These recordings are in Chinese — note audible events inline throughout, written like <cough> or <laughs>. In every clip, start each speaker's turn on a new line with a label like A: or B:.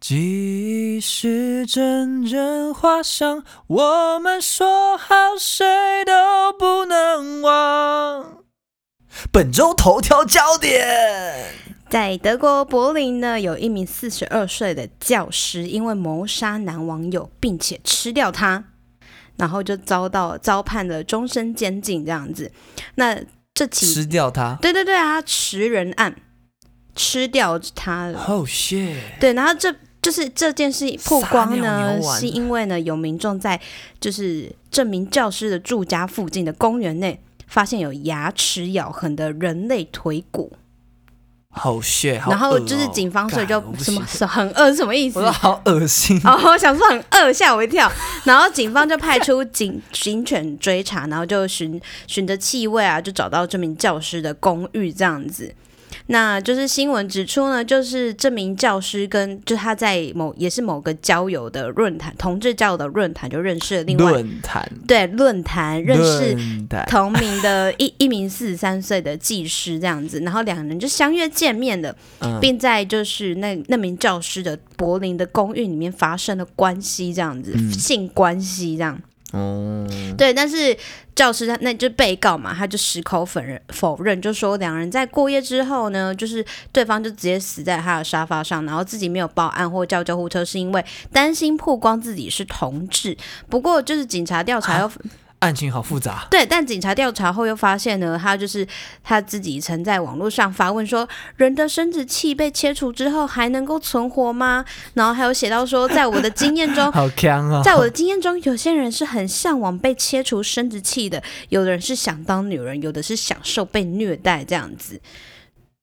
A: 记忆是阵阵花香，我们说好谁都不能忘。本周头条焦点，
B: 在德国柏林呢，有一名四十二岁的教师因为谋杀男网友，并且吃掉他，然后就遭到遭判了终身监禁这样子。那这起
A: 吃掉它。
B: 对对对啊，食人案吃掉他了。
A: Oh shit！
B: 对，然后这就是这件事曝光
A: 撒尿
B: 呢，
A: 牛丸
B: 是因为呢有民众在就是证明教师的住家附近的公园内发现有牙齿咬痕的人类腿骨，
A: 好血，好
B: 然后
A: 恶哦
B: 就是警方所以就
A: 干我不
B: 什么
A: 行
B: 什很饿什么意思
A: 我？说好恶心，
B: 哦，我想说很饿，吓我一跳。然后警方就派
A: <laughs>
B: 出警警犬追查，然后就循循着气味啊，就找到这名教师的公寓这样子。那就是新闻指出呢，就是这名教师跟就他在某也是某个交友的论坛，同志交友的论坛就认识了另外
A: 论坛
B: 对论坛认识
A: 论坛
B: 同名的一一名四十三岁的技师这样子，然后两人就相约见面了，
A: 嗯
B: 并在就是那那名教师的柏林的公寓里面发生了关系，这样子、
A: 嗯
B: 性关系这样。
A: 哦，
B: 对，但是教师他那就被告嘛，他就矢口否认否认，就说两人在过夜之后呢，就是对方就直接死在他的沙发上，然后自己没有报案或叫救护车，是因为担心曝光自己是同志。不过就是警察调查又
A: 案情好复杂，。
B: 对，但警察调查后又发现呢，他就是他自己曾在网络上发问说，人的生殖器被切除之后还能够存活吗？ <laughs> 然后还有写到说，在我的经验中
A: <laughs> 好强啊！
B: 在我的经验中，有些人是很向往被切除生殖器的，有的人是想当女人，有的是享受被虐待这样子。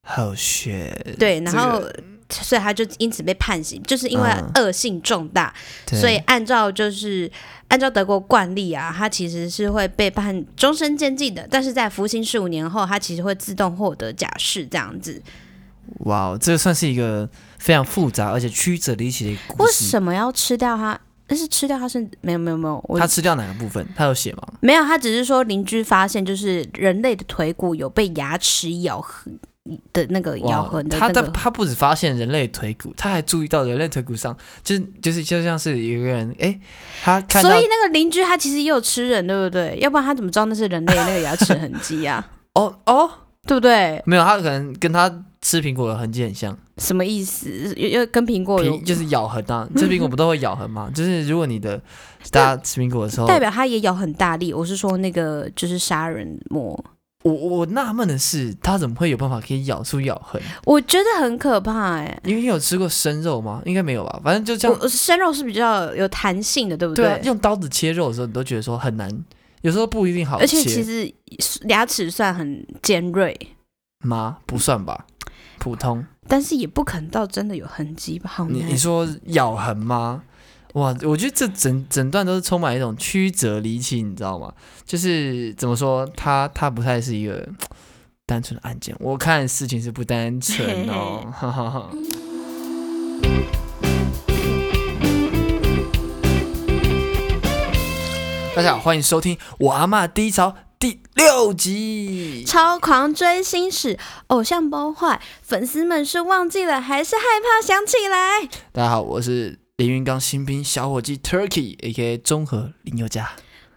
A: 好血，
B: 对，然
A: 这个
B: 后、所以他就因此被判刑，就是因为
A: 嗯
B: 恶性重大，
A: 对
B: 所以按照就是按照德国惯例啊，他其实是会被判终身监禁的，但是在服刑十五年后，他其实会自动获得假释这样子。
A: 哇，哦这算是一个非常复杂而且曲折离奇的一个故
B: 为
A: 事。
B: 什么要吃掉他？但是吃掉他是没有没有没有，我
A: 他吃掉哪个部分？他有写吗？
B: 没有，他只是说邻居发现就是人类的腿骨有被牙齿咬痕的那个咬
A: 哇
B: 痕，的
A: 他
B: 那
A: 他
B: 个。
A: 他不止发现人类腿骨，他还注意到人类腿骨上，就是就是就像是有一个人，哎、他看到
B: 所以那个邻居他其实也有吃人，对不对？要不然他怎么知道那是人类的那个牙齿痕
A: <laughs>
B: 迹啊？
A: 哦哦，
B: 对不对？
A: 没有，他可能跟他吃苹果的痕迹很像，
B: 什么意思？又又跟苹哦果有
A: 苹就是咬痕啊，吃苹果不都会咬痕
B: <laughs>
A: 吗？就是如果你的大家吃苹果的时候，
B: 代表他也咬很大力。我是说那个就是杀人魔，
A: 我我纳闷的是，他怎么会有办法可以咬出咬痕？
B: 我觉得很可怕哎、
A: 因为你有吃过生肉吗？应该没有吧，反正就这
B: 我
A: 样。
B: 我生肉是比较有弹性嗯的，对不
A: 对啊，用刀子切肉的时候，你都觉得说很难，有时候不一定好切。
B: 而且其实牙齿算很尖锐，
A: 吗？不算吧，普通。
B: 但是也不可能到真的有痕迹吧？好
A: 你
B: 难
A: 你说咬痕吗？哇，我觉得这整整段都是充满一种曲折离奇，你知道吗？就是怎么说，它它不太是一个单纯的案件。我看事情是不单纯哦，哈哈哈。大家好，欢迎收听《我阿嬷低潮》第六集。
B: 超狂追星史，偶像崩坏，粉丝们是忘记了还是害怕想起来？
A: 大家好，我是林云刚新兵小伙计 Turkey，A.K.A. 综合林宥嘉。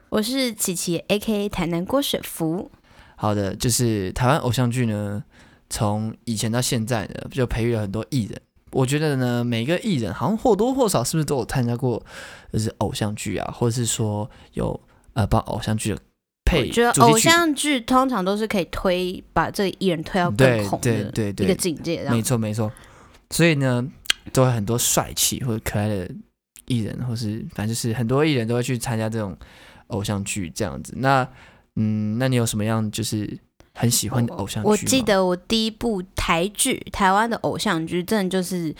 B: 我是琪琪，A K 台南郭雪芙。
A: 好的，就是台湾偶像剧呢，从以前到现在呢，就培育了很多艺人。我觉得呢，每个艺人好像或多或少是不是都有参加过，就是偶像剧啊，或者是说有呃帮偶像剧的配
B: 觉得
A: 主
B: 偶
A: 题曲。
B: 像剧通常都是可以推把这个艺人推到
A: 对
B: 更红
A: 对
B: 的
A: 对
B: 一个
A: 对，
B: 境界，这样
A: 没错没错。所以呢，都会很多帅气或者可爱的艺人，或是反正就是很多艺人都会去参加这种偶像剧这样子。那嗯，那你有什么样就是很喜欢的偶像剧吗？
B: 我记得我第一部台剧，台湾的偶像剧，真的就是，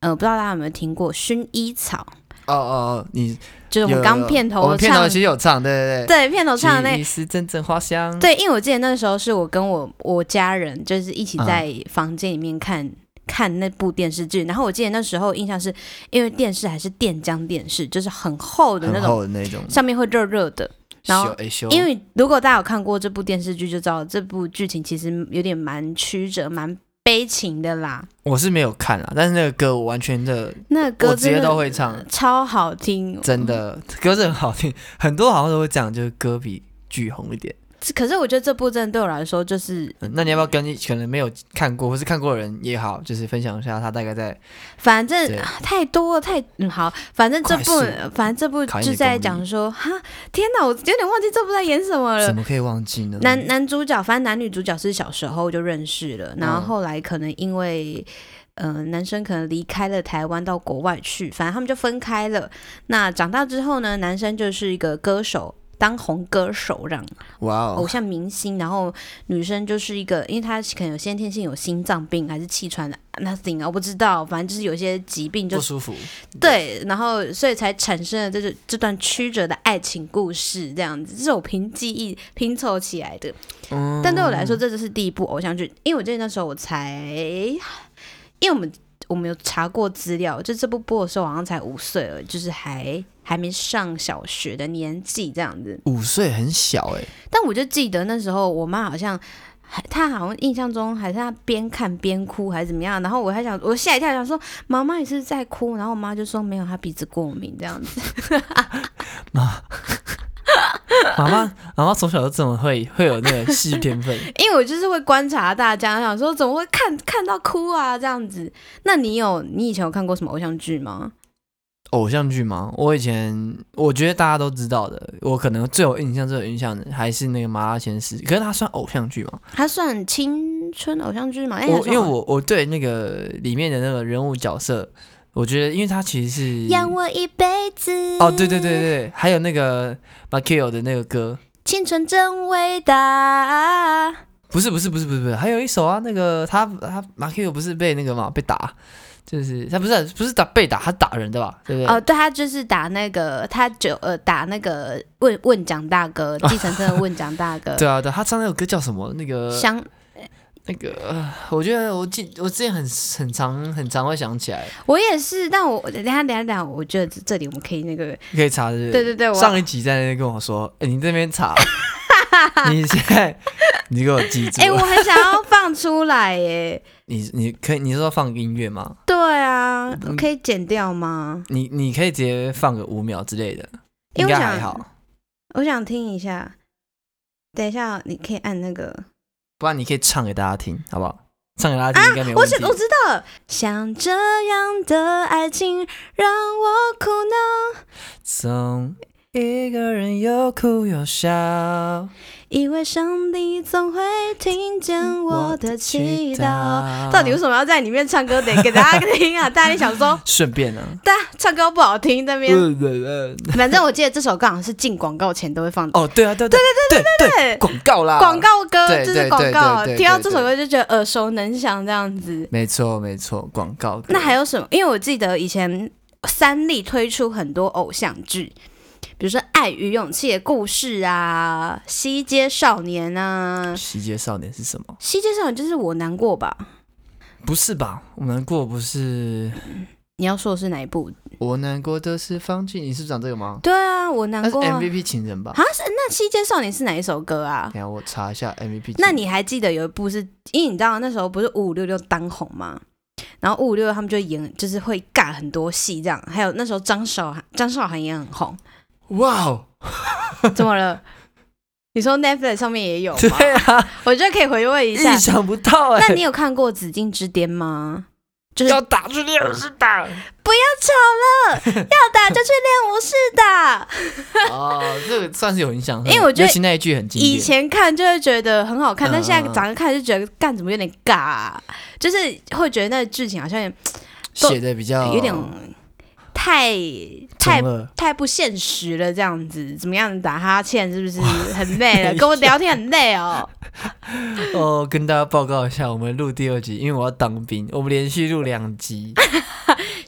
B: 呃，不知道大家有没有听过《薰衣草
A: 哦哦，哦，你》，
B: 就是我
A: 有
B: 们刚片
A: 我
B: 头
A: 们片头
B: 唱，
A: 其实有唱，对对对，
B: 对片头唱的
A: 记忆
B: 那。
A: 是阵阵花香，
B: 对，因为我记得那时候是我跟我我家人就是一起
A: 嗯
B: 在房间里面看、看那部电视剧，然后我记得那时候印象是因为电视还是电浆电视，就是很厚的那
A: 很
B: 种，
A: 厚的那种，
B: 上面会热热的，然后
A: 修哎修，
B: 因为如果大家有看过这部电视剧，就知道这部剧情其实有点蛮曲折、蛮悲情的啦，
A: 我是没有看啦，但是那个歌我完全的，
B: 那歌
A: 我直
B: 真
A: 接
B: 的嗯
A: 都会唱，
B: 超好听，
A: 真的歌是很好听，很多好像都会讲，就是歌比剧红一点。
B: 可是我觉得这部真的对我来说就是，
A: 嗯那你要不要跟可能没有看过或是看过的人也好，就是分享一下他大概在
B: 反正
A: 对
B: 啊太多了，太嗯好，反正这部
A: 快速
B: 反正这部
A: 考验
B: 就
A: 你
B: 在
A: 功力
B: 讲说，哈，天哪，我有点忘记这部在演什么了
A: 怎。么可以忘记呢？
B: 男男主角，反正男女主角是小时候就认识了，然后后来可能因为，呃，男生可能离开了台湾到国外去，反正他们就分开了。那长大之后呢，男生就是一个歌手，当红歌手这样，
A: 哇
B: 偶
A: 哦，
B: 像明星，然后女生就是一个，因为她可能有先天性有心脏病还是气喘，nothing 啊，我不知道，反正就是有些疾病就
A: 不舒服，
B: 对，然后所以才产生了这是这段曲折的爱情故事，这样子，这是我凭记忆拼凑起来的。
A: 嗯
B: 但对我来说，这就是第一部偶像剧，因为我记得那时候我才，因为我们我们有查过资料，就这部播的时候好像才五岁了，就是还还没上小学的年纪这样子。
A: 五岁很小
B: <laughs>
A: 哎、
B: 但我就记得那时候我妈好像。还她好像印象中还是她边看边哭还是怎么样，然后我还想我吓一跳，想说妈妈也是在哭，然后我妈就说没有，她鼻子过敏这样子。 <laughs>
A: 妈妈妈妈从小就这么会会有那个戏剧天
B: <laughs>
A: 分，
B: 因为我就是会观察大家，想说怎么会看看到哭啊这样子。那你有你以前有看过什么偶像剧吗？
A: 偶像剧吗？我以前我觉得大家都知道的，我可能最有印象、最有印象的还是那个《麻辣鲜师》，可是它算偶像剧吗？
B: 它算青春偶像剧吗？哎
A: 我因为。
B: 还是
A: 我我对那个里面的那个人物角色，我觉得因为它其实是
B: 养我一辈子
A: 哦，对对对，对，还有那个 m a k i o 的那个歌，
B: 青春真伟大。
A: 不是不是不是不是不是，还有一首啊，那个他他 m a k i o 不是被那个嘛被打，就是他不是不是打被打，他打人的吧？对不对？，
B: 哦，对，他就是打那个，他就呃打那个问问蒋大哥，计程车的问蒋大哥
A: 对啊，对，他唱那首歌叫什么？那个
B: 相，
A: 那个，呃我觉得我记我之前很很常很常会想起来，
B: 我也是，但我等一下等一下等一下，我觉得这这里我们可以那个，
A: 你可以查是不
B: 对
A: 是？
B: 对对，我
A: 上一集在那边跟我说，哎，你这边
B: <laughs>
A: 查，你现在你给我嗯记住
B: 哎、，我很想要放出来
A: <laughs>
B: 耶，
A: 你你可以你是说放音乐吗？
B: 对啊
A: 嗯，
B: 可以剪掉吗？
A: 你你可以直接放个五秒之类的，
B: 因
A: 应
B: 为我
A: 该
B: 想
A: 还好，
B: 我想听一下，等一下你可以按那个，
A: 不然你可以唱给大家听，好不好？唱给大家听应该没
B: 我
A: 问题
B: 知。我知道了，像这样的爱情让我苦恼，
A: 总一个人又哭又笑，
B: 以为上帝总会听见我的祈祷。
A: 祷
B: 到底为什么要在里面唱歌？得给大家听啊！大家想说，
A: 顺便呢？
B: 大家唱歌不好听那边。
A: 嗯嗯嗯
B: 反正我记得这首歌好像是进广告前都会放的。
A: 哦，对啊，对对对对对
B: 对
A: 广告啦，
B: 广告歌
A: 对
B: 就
A: 对
B: 是广告，
A: 对对对
B: 听到这首歌就觉得耳熟能详这样子。
A: 没错没错，广告。
B: 那还有什么？因为我记得以前三立推出很多偶像剧，比如说《爱与勇气的故事》啊，《西街少年》啊，《
A: 西街少年是什么？
B: 西街少年》就是我难过吧？
A: 不是吧？我难过不是，
B: 你要说的是哪一部？
A: 我难过的是放弃。你是不是讲这个吗？
B: 对啊，我
A: 那
B: 难
A: 呃是
B: 过、啊。
A: MVP 情人吧？
B: 啊，是那《西街少年》是哪一首歌啊
A: 等？一下我查一下 MVP 情人。
B: 那你还记得有一部是，因为你知道那时候不是五五六六当红吗？然后五五六六他们就演，就是会尬很多戏这样。还有那时候张韶涵，张韶涵也很红。
A: 哇哦，
B: 怎么了？你说 Netflix 上面也
A: <laughs>
B: 有吗？
A: 对啊，
B: 我觉得可以回味一下
A: 意。想不到哎、
B: 那你有看过《紫禁之巅》吗？就
A: <laughs>
B: 是
A: 要打出去是打
B: 不要吵了，要打就去练武士打。
A: <laughs> 哦，这个算是有影响，
B: 因为我觉得
A: 尤其那一句很经典。
B: 以前看就会觉得很好看，但现
A: 嗯嗯
B: 在
A: 嗯
B: 长得看就觉得干怎么有点尬啊、就是会觉得那个剧情好像有
A: 写的比较
B: 有点太太
A: 哦中二
B: 太不现实了，这样子怎么样？打哈欠是不是很累
A: <laughs>
B: 了？跟我聊天很累哦。
A: 哦。跟大家报告一下，我们录第二集，因为我要当兵，我们连续录两 <laughs> 集，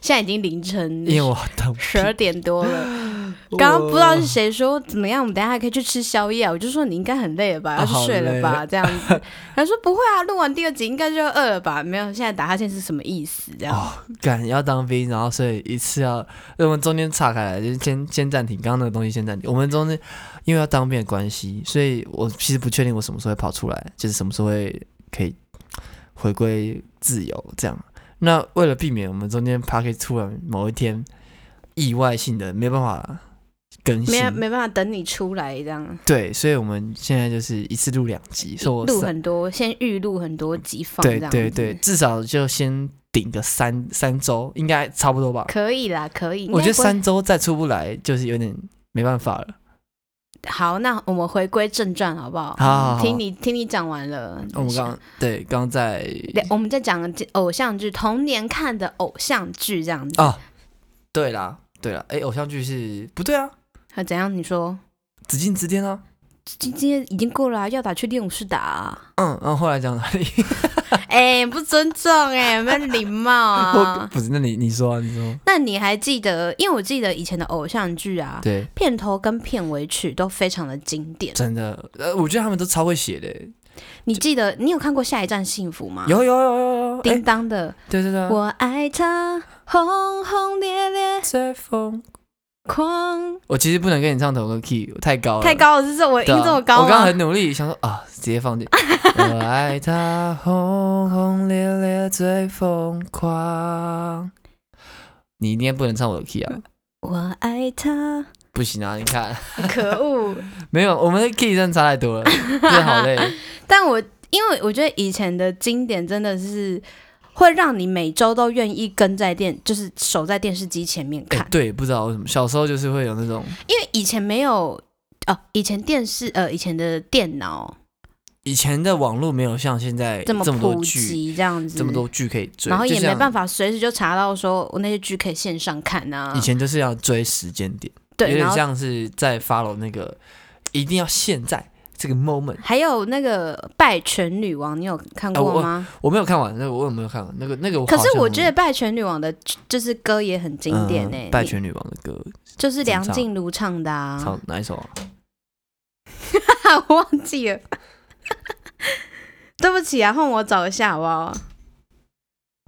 B: 现在已经凌晨
A: 因为我要当
B: 十
A: 兵。
B: 二点多了。 <laughs> 刚刚不知道是谁说怎么样，我们等一下还可以去吃宵夜啊。我就说你应该很累了吧，
A: 啊
B: 要去睡了
A: 好
B: 吧，这样子。
A: <laughs>
B: 他说不会啊，录完第二集应该就饿了吧？没有，现在打哈欠是什么意思？这样、
A: 哦，敢要当兵，然后所以一次要，呃我们中间岔开来，就是先先暂停，刚刚那个东西先暂停。我们中间因为要当兵的关系，所以我其实不确定我什么时候会跑出来，就是什么时候会可以回归自由这样。那为了避免我们中间 p a c k e 突然某一天意外性的没办法更新
B: 没，没办法等你出来这样，
A: 对，所以我们现在就是一次录两集，所以我
B: 录
A: 三
B: 很多，先预录很多集放这
A: 对
B: 样，
A: 对对，，至少就先顶个三三周，应该差不多吧。
B: 可以啦，可以。
A: 我觉得
B: 应该不会
A: 三周再出不来，就是有点没办法了。
B: 好，那我们回归正传好不好？
A: 好好好
B: 听你听你讲完了。
A: 哦我们刚刚对刚刚在
B: 两我们在讲偶像剧，童年看的偶像剧这样子。
A: 啊，对啦对啦，哎，偶像剧是不对啊，
B: 啊，怎样？你说
A: 紫禁之巅啊，
B: 今今天已经过了、啊，要打去练武室打、啊。
A: 嗯，然后后来讲哪里？
B: 哎、不尊重 <laughs> 哎、没礼貌
A: 我
B: <laughs> 啊。
A: 不是，那你你说啊，你说
B: 那你还记得？因为我记得以前的偶像剧啊，
A: 对，
B: 片头跟片尾曲都非常的经典。
A: 真的，呃，我觉得他们都超会写的，
B: 你记得你有看过《下一站幸福》吗？
A: 有有有有有，哎
B: 叮，当的，
A: 对对对啊，
B: 啊我爱他，轰轰烈烈
A: 在疯。
B: 狂。
A: 我其实不能跟你唱同个 key，太高了，
B: 太高了，是不是？我音
A: 对啊
B: 这么高
A: 我刚
B: 吗？
A: 刚很努力想说啊，直接放进。
B: <laughs>
A: 我爱他轰轰烈烈最疯狂。你应该不能唱我的 key 啊，
B: <laughs> 我爱他，
A: 不行啊！你看， <laughs>
B: 可恶！
A: 没有，我们的 key 真的差太多了，真的好累。
B: <laughs> 但我因为我觉得以前的经典真的是会让你每周都愿意跟在电，就是守在电视机前面
A: 哎、
B: 看，
A: 对，不知道为什么，小时候就是会有那种，
B: 因为以前没有哦，以前电视呃，以前的电脑
A: 以前的网络没有像现在
B: 这
A: 么多
B: 普
A: 剧，
B: 及这样子，
A: 这么多剧可以追，
B: 然后也没办
A: 法。
B: 法随时就查到说我那些剧可以线上看啊
A: 以，前就是要追时间点，有
B: 对，然
A: 点
B: 后
A: 像是在 follow 那个，一定要现在这个 moment。
B: 还有那个《拜权女王》，你有看
A: 哦
B: 过
A: 我
B: 吗？
A: 我没有看完，那个我有没有看完？那个那个我好
B: 可
A: 像，
B: 是我觉得《拜权女王》的，就是歌也很经典呢、
A: 嗯拜权女王》的歌，
B: 你就是梁
A: 怎么唱
B: 静茹唱的啊
A: 唱，哪一首啊？
B: <laughs> 我忘记了， <laughs> 对不起啊，换我找一下好不好？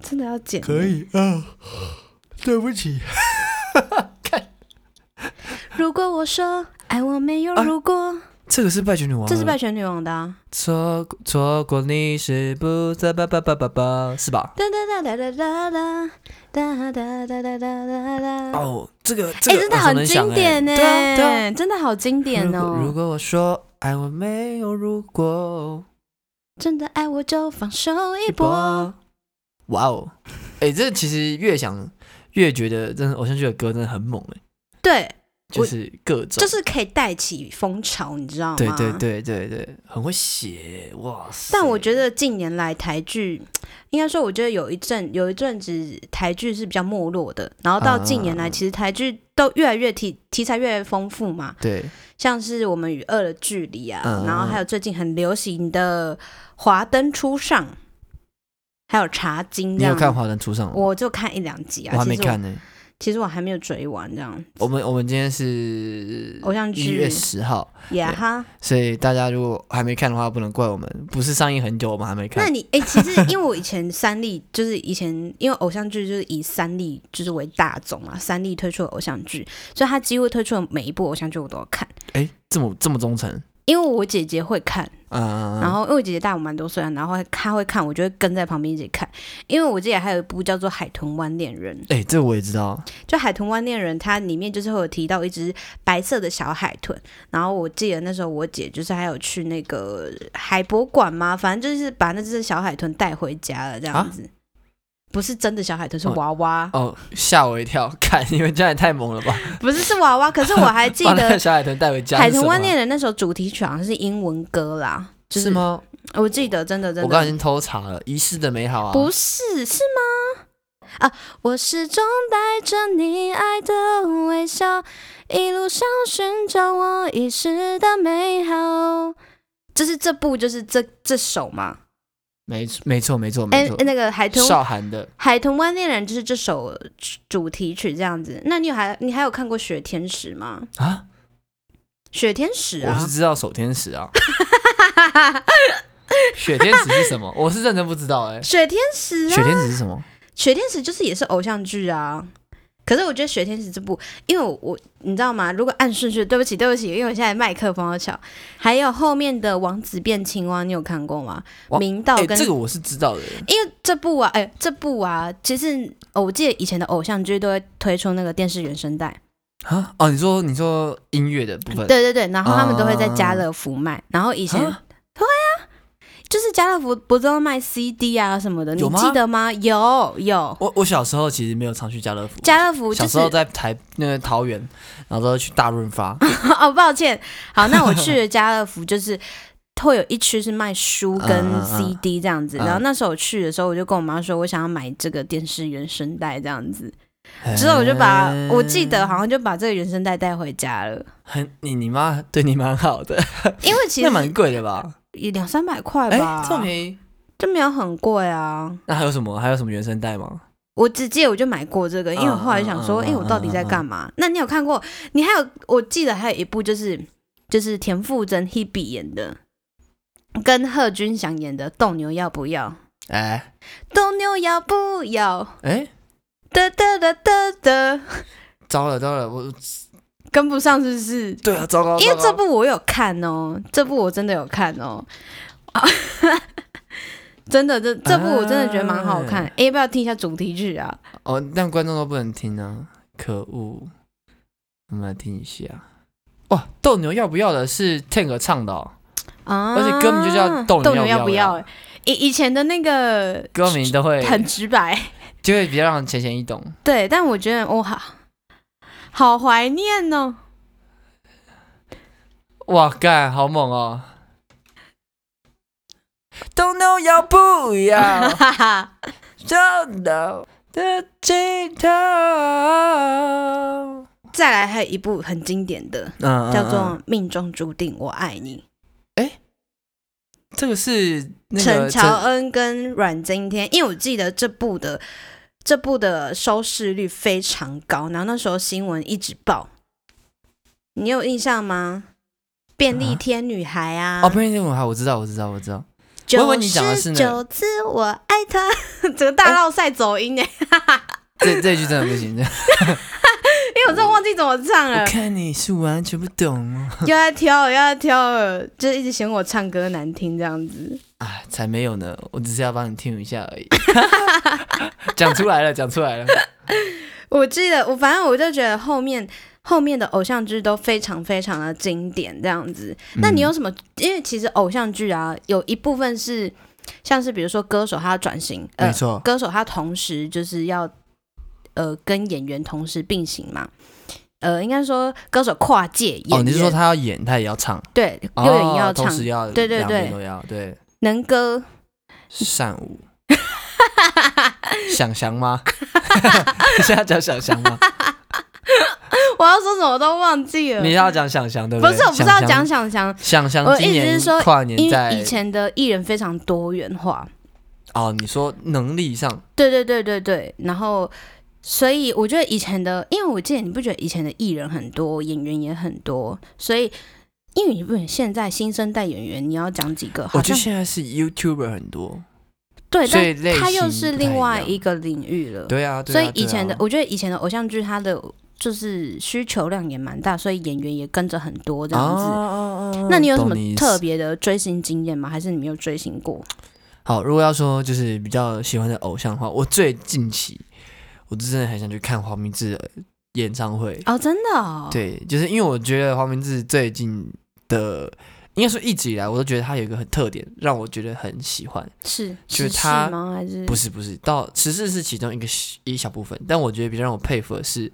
B: 真的要剪？
A: 以啊，对不 <laughs> 起，
B: 如果我说爱我没有
A: 啊
B: 如果，
A: 这个是拜权女王，
B: 这是《拜。权女王》的啊。
A: 错过错过你是不再吧吧吧吧吧，是吧？
B: 哒哒哒哒哒哒哒哒哒哒哒哒哒哒。
A: 哦，这个这
B: 哎、
A: 个
B: 真的
A: 耳熟
B: 好
A: 能详
B: 经典欸呢、
A: 哎对啊对啊
B: 真的好经典
A: 如果如
B: 哦！
A: 果我说爱我没有如果
B: 真的爱我就放手一搏。，
A: 哇哦！哎，这其实越想越觉得，真的偶像剧的歌真的很猛哎，
B: 对，
A: 就是各种
B: 就。是可以带起风潮，你知道吗？
A: 对对对对对，很会写哇塞！
B: 嗯但我觉得近年来台剧，应该说，我觉得有一阵有一阵子台剧是比较没落的，然后到近年
A: 啊啊
B: 来，
A: 啊
B: 其实台剧都越来越题题材越来越丰富嘛，
A: 对
B: 像是我们与恶的距离啊，
A: 嗯嗯嗯
B: 然后还有最近很流行的《华灯初上》，还有《茶经》这
A: 你
B: 样。
A: 有看《华灯初上》吗？
B: 我就看一两集啊，
A: 我还没
B: 其实我
A: 看呢、
B: 其实我还没有追完这样。
A: 我们我们今天是
B: 偶
A: 嗯
B: 像
A: 一
B: 剧
A: 月十号，
B: 呀哈。
A: 所以大家如果还没看的话，不能怪我们，不是上映很久，我们还没
B: 那
A: 看。
B: 你哎、其实因为我以前三立就是以前因为偶像剧就是以三立就是为大宗嘛，三立推出的偶像剧，所以他几乎推出的每一部偶像剧我都有看，
A: 哎，这么这么忠诚，
B: 因为我姐姐会看，
A: 嗯，
B: 然后因为我姐姐大我蛮多岁啊，然后她会看，我就会跟在旁边一起看，因为我记得还有一部叫做《海豚湾恋人》，
A: 哎，这我也知道，
B: 就《海豚湾恋人》，它里面就是会有提到一只白色的小海豚。然后我记得那时候我姐就是还有去那个海博馆嘛，反正就是把那只小海豚带回家了，这样
A: 啊
B: 子。不是真的小海豚，是
A: 哦
B: 娃娃，
A: 哦，吓我一跳， <laughs> 看你们家也太猛了吧！
B: 不是是娃娃。可是我还
A: <laughs>
B: 记
A: 把那
B: 得
A: 个
B: 《
A: 小海豚带回家是
B: 海
A: 什
B: 豚
A: 么啊，？
B: 湾恋人》那首主题曲好像是英文歌啦，就是
A: 吗？
B: 我记得真的真
A: 我刚才已
B: 的
A: 经偷查了，《遗失的美好》啊，
B: 不是是吗？啊，我始终带着你爱的微笑，一路上寻找我遗失的美好。就是这部，就是这这首嘛，
A: 没错没错没错
B: 哎、
A: 没错
B: 哎，那个海豚
A: 韶涵的
B: 海豚湾恋人就是这首主题曲这样子。那你有还你还有看过雪天使吗？
A: 啊，
B: 雪天使
A: 我
B: 啊
A: 是，知道守天使啊，雪天使是什么？ <laughs> 我是认真不知道哎、
B: <laughs> 雪天使啊，
A: 雪天使是什么？
B: 雪天使就是也是偶像剧啊，可是我觉得《雪天使》这部，因为我我你知道吗？如果按顺序，对不起对不起，因为我现在麦克风要翘，还有后面的《王子变青蛙》，你有看过吗？
A: 哇
B: 明道
A: 哎、
B: 跟、
A: 这个我是知道的。
B: 因为这部啊，哎、这部啊，其实、哦我记得以前的偶像剧都会推出那个电视原声带，
A: 啊哦，你说你说音乐的部分，
B: 对对对，然后他们都会在家乐福卖，然后以前
A: 啊
B: 就是家乐福不是都卖 CD 啊什么的，你
A: 有吗
B: 记得吗？有有，
A: 我我小时候其实没有常去家乐福，
B: 家乐福就
A: 小
B: 是
A: 时候在台那个桃园，然后都去大润发，
B: 哦，抱歉，好，那我
A: <laughs>
B: 去了家乐福，就是会有一区是卖书
A: 嗯嗯
B: 跟
A: 嗯
B: CD 这样子。
A: 嗯
B: 然后那时候我去的时候，我就跟我妈说，我想要买这个电视原声带这样子。 <laughs>
A: 哎
B: 之后我就把我记得好像就把这个原声带带回家了，
A: 很你你妈对你蛮好的，
B: 因为其
A: 那蛮
B: 实
A: 贵的吧？
B: 也两三百块
A: 哎、
B: 吧，
A: 这么便宜，
B: 就没有很贵啊。
A: 那还有什么还有什么原声带吗？
B: 我只记得我就买过这个，因为我后来想说，
A: 嗯嗯嗯
B: 哎、我到底在干嘛？那你有看过？你还有，我记得还有一部就是就是田馥甄 Hebe 演的，跟贺军翔演的《斗牛要不要》？
A: 哎
B: 斗牛要不要？
A: 哎、
B: 得得得得得，
A: 糟了糟了，我
B: 跟不上是不是？
A: 对啊，糟糕，
B: 因为这
A: 糟糕
B: 部我有看哦，这部我真的有看哦， <laughs> 啊真的这这部我真的觉得蛮好看。哎、要不要听一下主题曲啊？
A: 哦，但观众都不能听啊，可恶！我们来听一下。哇，斗牛要不要的是 Tank 唱的、哦，
B: 啊！
A: 而且歌名就叫斗牛
B: 牛
A: 要不
B: 不
A: 要
B: 啊要？哎以以前的那个
A: 歌名都会
B: 很直白，
A: 就会比较让人浅显易懂。
B: 对，但我觉得我好好怀念哦。
A: 哇，干，好猛哦！Don't know 要不要 <laughs>
B: 哈
A: 哦
B: 哈，
A: 找到的尽头？嗯
B: <laughs> 再来还有一部很经典的，
A: 嗯，
B: 叫做
A: 嗯
B: 《命中注定我爱你》。
A: 这个是那
B: 陈
A: 个
B: 乔恩跟阮经天，因为我记得这部的这部的收视率非常高，然后那时候新闻一直报，你有印象吗？便利
A: 啊
B: 贴女孩啊，
A: 哦，不是那个，好，我知道，我知道，我知道。
B: 九
A: 我以为你讲的是
B: 十
A: 那
B: 九次我爱他， <laughs> 整个大绕赛走音哎、
A: 这这一句真的不行，
B: <laughs> 因哎为我真的忘记怎么唱了
A: 我，看你是完全不懂哦。
B: 又在挑了又在挑了，就是一直嫌我唱歌难听这样子。
A: 啊，才没有呢，我只是要帮你听一下而已。 <laughs> 讲出来了，讲出来了。
B: 我记得我反正我就觉得后面后面的偶像剧都非常非常的经典这样子。
A: 嗯
B: 那你有什么？因为其实偶像剧啊，有一部分是像是比如说歌手他要转型，
A: 没
B: 呃，
A: 错，
B: 歌手他同时就是要呃跟演员同时并行嘛。呃，应该说歌手跨界演员，
A: 哦，你是说他要演，他也要唱，
B: 对，又
A: 哦
B: 有人要唱
A: 同，时要，
B: 对对
A: 两边
B: 对
A: 都要，对，
B: 能歌，
A: <laughs> 善舞。想翔吗？ <laughs> 你现在讲想翔吗？
B: 我要说什么都忘记了。
A: 你要讲想翔对
B: 不
A: 对？
B: 是，我不是要讲
A: 想翔想
B: 想想，
A: 翔，
B: 我
A: 今
B: 意思
A: 年
B: 是说
A: 跨
B: 因
A: 年在
B: 为以前的艺人非常多元化，
A: 哦，你说能力上
B: 对对对对对，然后。所以我觉得以前的，因为我记得你不觉得以前的艺人很多，演员也很多，所以因为你不能现在新生代演员，你要讲几个，
A: 我
B: 好
A: 觉得
B: 像
A: 现在是 YouTuber 很多，
B: 对，
A: 所以
B: 但
A: 类
B: 他又
A: 型
B: 是
A: 不
B: 另
A: 太一
B: 外
A: 样
B: 一个领域了。
A: 对啊，对
B: 所以
A: 啊
B: 以前的，，
A: 对啊
B: 我觉得以前的偶像剧，它的就是需求量也蛮大，所以演员也跟着很多这样子。
A: 哦哦哦
B: 那你有什
A: 懂
B: 么
A: 意思
B: 特别的追星经验吗？还是你没有追星过？
A: 好，如果要说就是比较喜欢的偶像的话，我最近期我真的很想去看黄明志的演唱会。
B: 哦，真的、哦，，
A: 对，就是因为我觉得黄明志最近的，应该说一直以来，我都觉得他有一个很特点，让我觉得很喜欢。
B: 是
A: 就是
B: 是
A: 他
B: 吗？还是
A: 不是不是，到十四是其中一个小一小部分，但我觉得比较让我佩服的是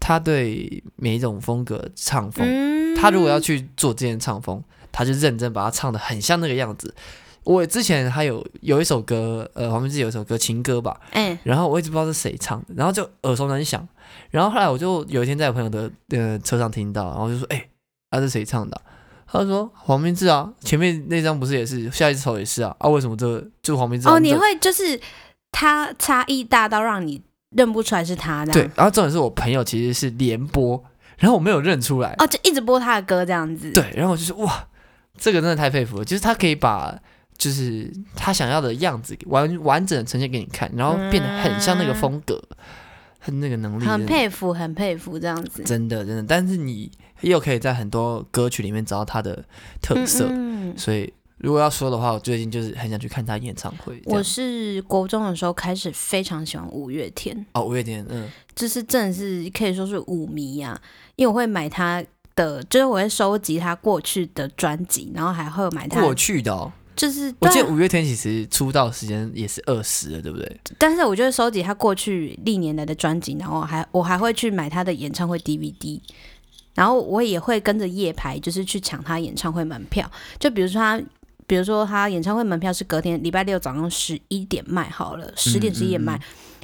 A: 他对每一种风格唱风。
B: 嗯
A: 他如果要去做这件唱风，他就认真把它唱的很像那个样子。我之前还有有一首歌，呃，黄明志有一首歌情歌吧，
B: 哎、
A: 然后我一直不知道是谁唱的，然后就耳熟能详。然后后来我就有一天在我朋友的呃车上听到，然后就说：“哎、啊是谁唱的啊、他就说：“黄明志啊，前面那张不是也是，下一首也是啊，啊为什么这个就黄明志啊、
B: 哦，你
A: 这
B: 会就是他差异大到让你认不出来是他的，
A: 对？然后重点是我朋友其实是连播，然后我没有认出来，
B: 哦，就一直播他的歌这样子，，
A: 对，然后我就说哇，这个真的太佩服了，就是他可以把就是他想要的样子给完完整的呈现给你看，然后变得很像那个风格，他那个能力
B: 很
A: 真的
B: 佩服，很佩服这样子。
A: 真的真的，但是你又可以在很多歌曲里面找到他的特色，
B: 嗯嗯
A: 所以如果要说的话，我最近就是很想去看他演唱会。这
B: 我
A: 样
B: 是国中的时候开始非常喜欢五月天，
A: 哦，五月天，嗯，
B: 就是真的是可以说是舞迷啊，因为我会买他的，就是我会收集他过去的专辑，然后还会买他，
A: 过去的、哦，
B: 就是
A: 我
B: 对
A: 记
B: 啊
A: 得五月天其实出道时间也是二十了，对不对？
B: 但是我就会收集他过去历年来的专辑，然后还我还会去买他的演唱会 DVD，然后我也会跟着夜排，就是去抢他演唱会门票。就比如说他，比如说他演唱会门票是隔天礼拜六早上十一点卖好了，十点十一点
A: 嗯
B: 卖，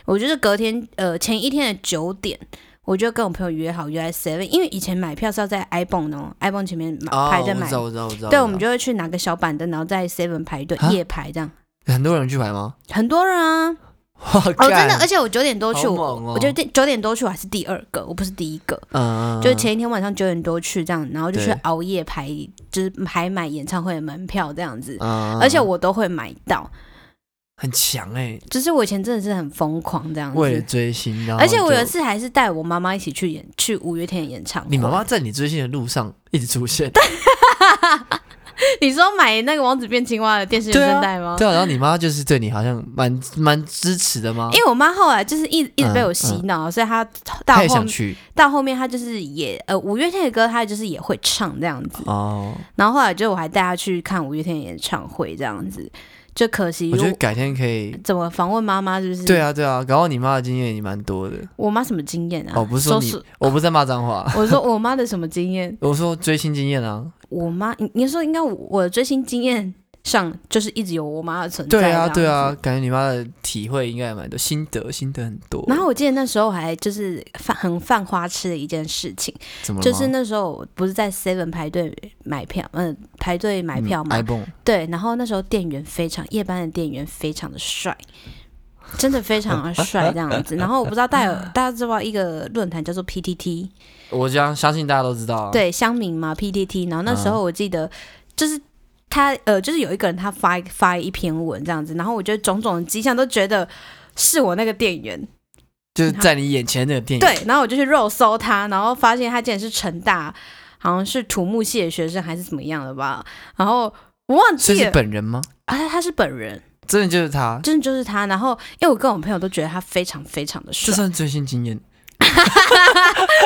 B: 我就是隔天呃前一天的九点。我就跟我朋友约好约在 Seven，因为以前买票是要在 iPhone 哦，iPhone 前面买
A: 哦，
B: 排
A: 我
B: 着买
A: 知，道，我知道，我知道。
B: 对，
A: 知
B: 我们
A: 道
B: 就会去拿个小板凳，然后在 Seven 排队
A: 啊
B: 夜排这样，
A: 很多人去排吗？
B: 很多人啊，
A: 哦，
B: 哦，真的，而
A: 且，
B: 且我九点多去，
A: 好
B: 我
A: 猛哦
B: 我觉得九点多去我还是第二个，我不是第一个，
A: 嗯，
B: 就是前一天晚上九点多去这样，然后就去
A: 对
B: 熬夜排，就是还买演唱会的门票这样子，
A: 嗯，嗯
B: 而且我都会买到，
A: 很强哎、
B: 就是我以前真的是很疯狂这样
A: 为了
B: 子，
A: 追星，然后
B: 嗯而且我有一
A: 就
B: 次还是带我妈妈一起去演去五月天的演唱会，
A: 你妈妈，在你追星的路上一直出现，
B: <laughs> 你说买那个王子变青蛙的电视原
A: 对啊
B: 声带吗？
A: 对啊，然后你妈就是对你好像蛮蛮支持的吗？
B: 因为我妈后来就是一直一直被
A: 啊嗯
B: 我洗脑，所以她到
A: 她也
B: 后
A: 想去
B: 到后面她就是也呃五月天的歌她就是也会唱这样子，
A: 哦，
B: 然后后来就我还带他去看五月天的演唱会，这样子，就可惜
A: 我觉得改天可以
B: 怎么访问妈妈是不是？
A: 对，啊，对啊，搞到你妈的经验也蛮多的。
B: 我妈什么经验啊？
A: 哦，不是说你
B: 是，
A: 我不是在骂脏话，
B: 我说我妈的什么经验？
A: 我说追星经验啊。
B: 我妈，你你说应该我我的追星经验上就是一直有我妈的存在，
A: 对啊，
B: 这
A: 对
B: 样
A: 啊
B: 子。，
A: 感觉你妈的体会应该也蛮多，心得心得很多。
B: 然后我记得那时候还就是犯很犯花痴的一件事情，
A: 怎么了
B: 就
A: 吗
B: 是那时候我不是在 Seven 排队买票，嗯、排队买票
A: 嗯
B: 嘛，
A: iPhone
B: 对，然后那时候店员非常夜班的店员非常的帅，真的非常的帅这样子。然后我不知道大家有大家知不知道一个论坛叫做 PTT，
A: 我这样相信大家都知道啊。嗯
B: 对，乡民嘛 PTT。然后那时候我记得就是他呃，就是有一个人他发发一篇文这样子，然后我觉得种种的迹象都觉得。是我那个店员，
A: 嗯就是在你眼前那个电影。
B: <laughs> 对，然后我就去肉搜他，然后发现他竟然是成大，好像是土木系的学生还是怎么样的吧，然后我忘
A: 所以
B: 记
A: 是
B: 了，
A: 本人吗？
B: 啊，他他是本人，
A: 真的就是他，
B: 真的就是他。然后，因为我跟我朋友都觉得他非常非常的
A: 这
B: 帅，
A: 算追星经验？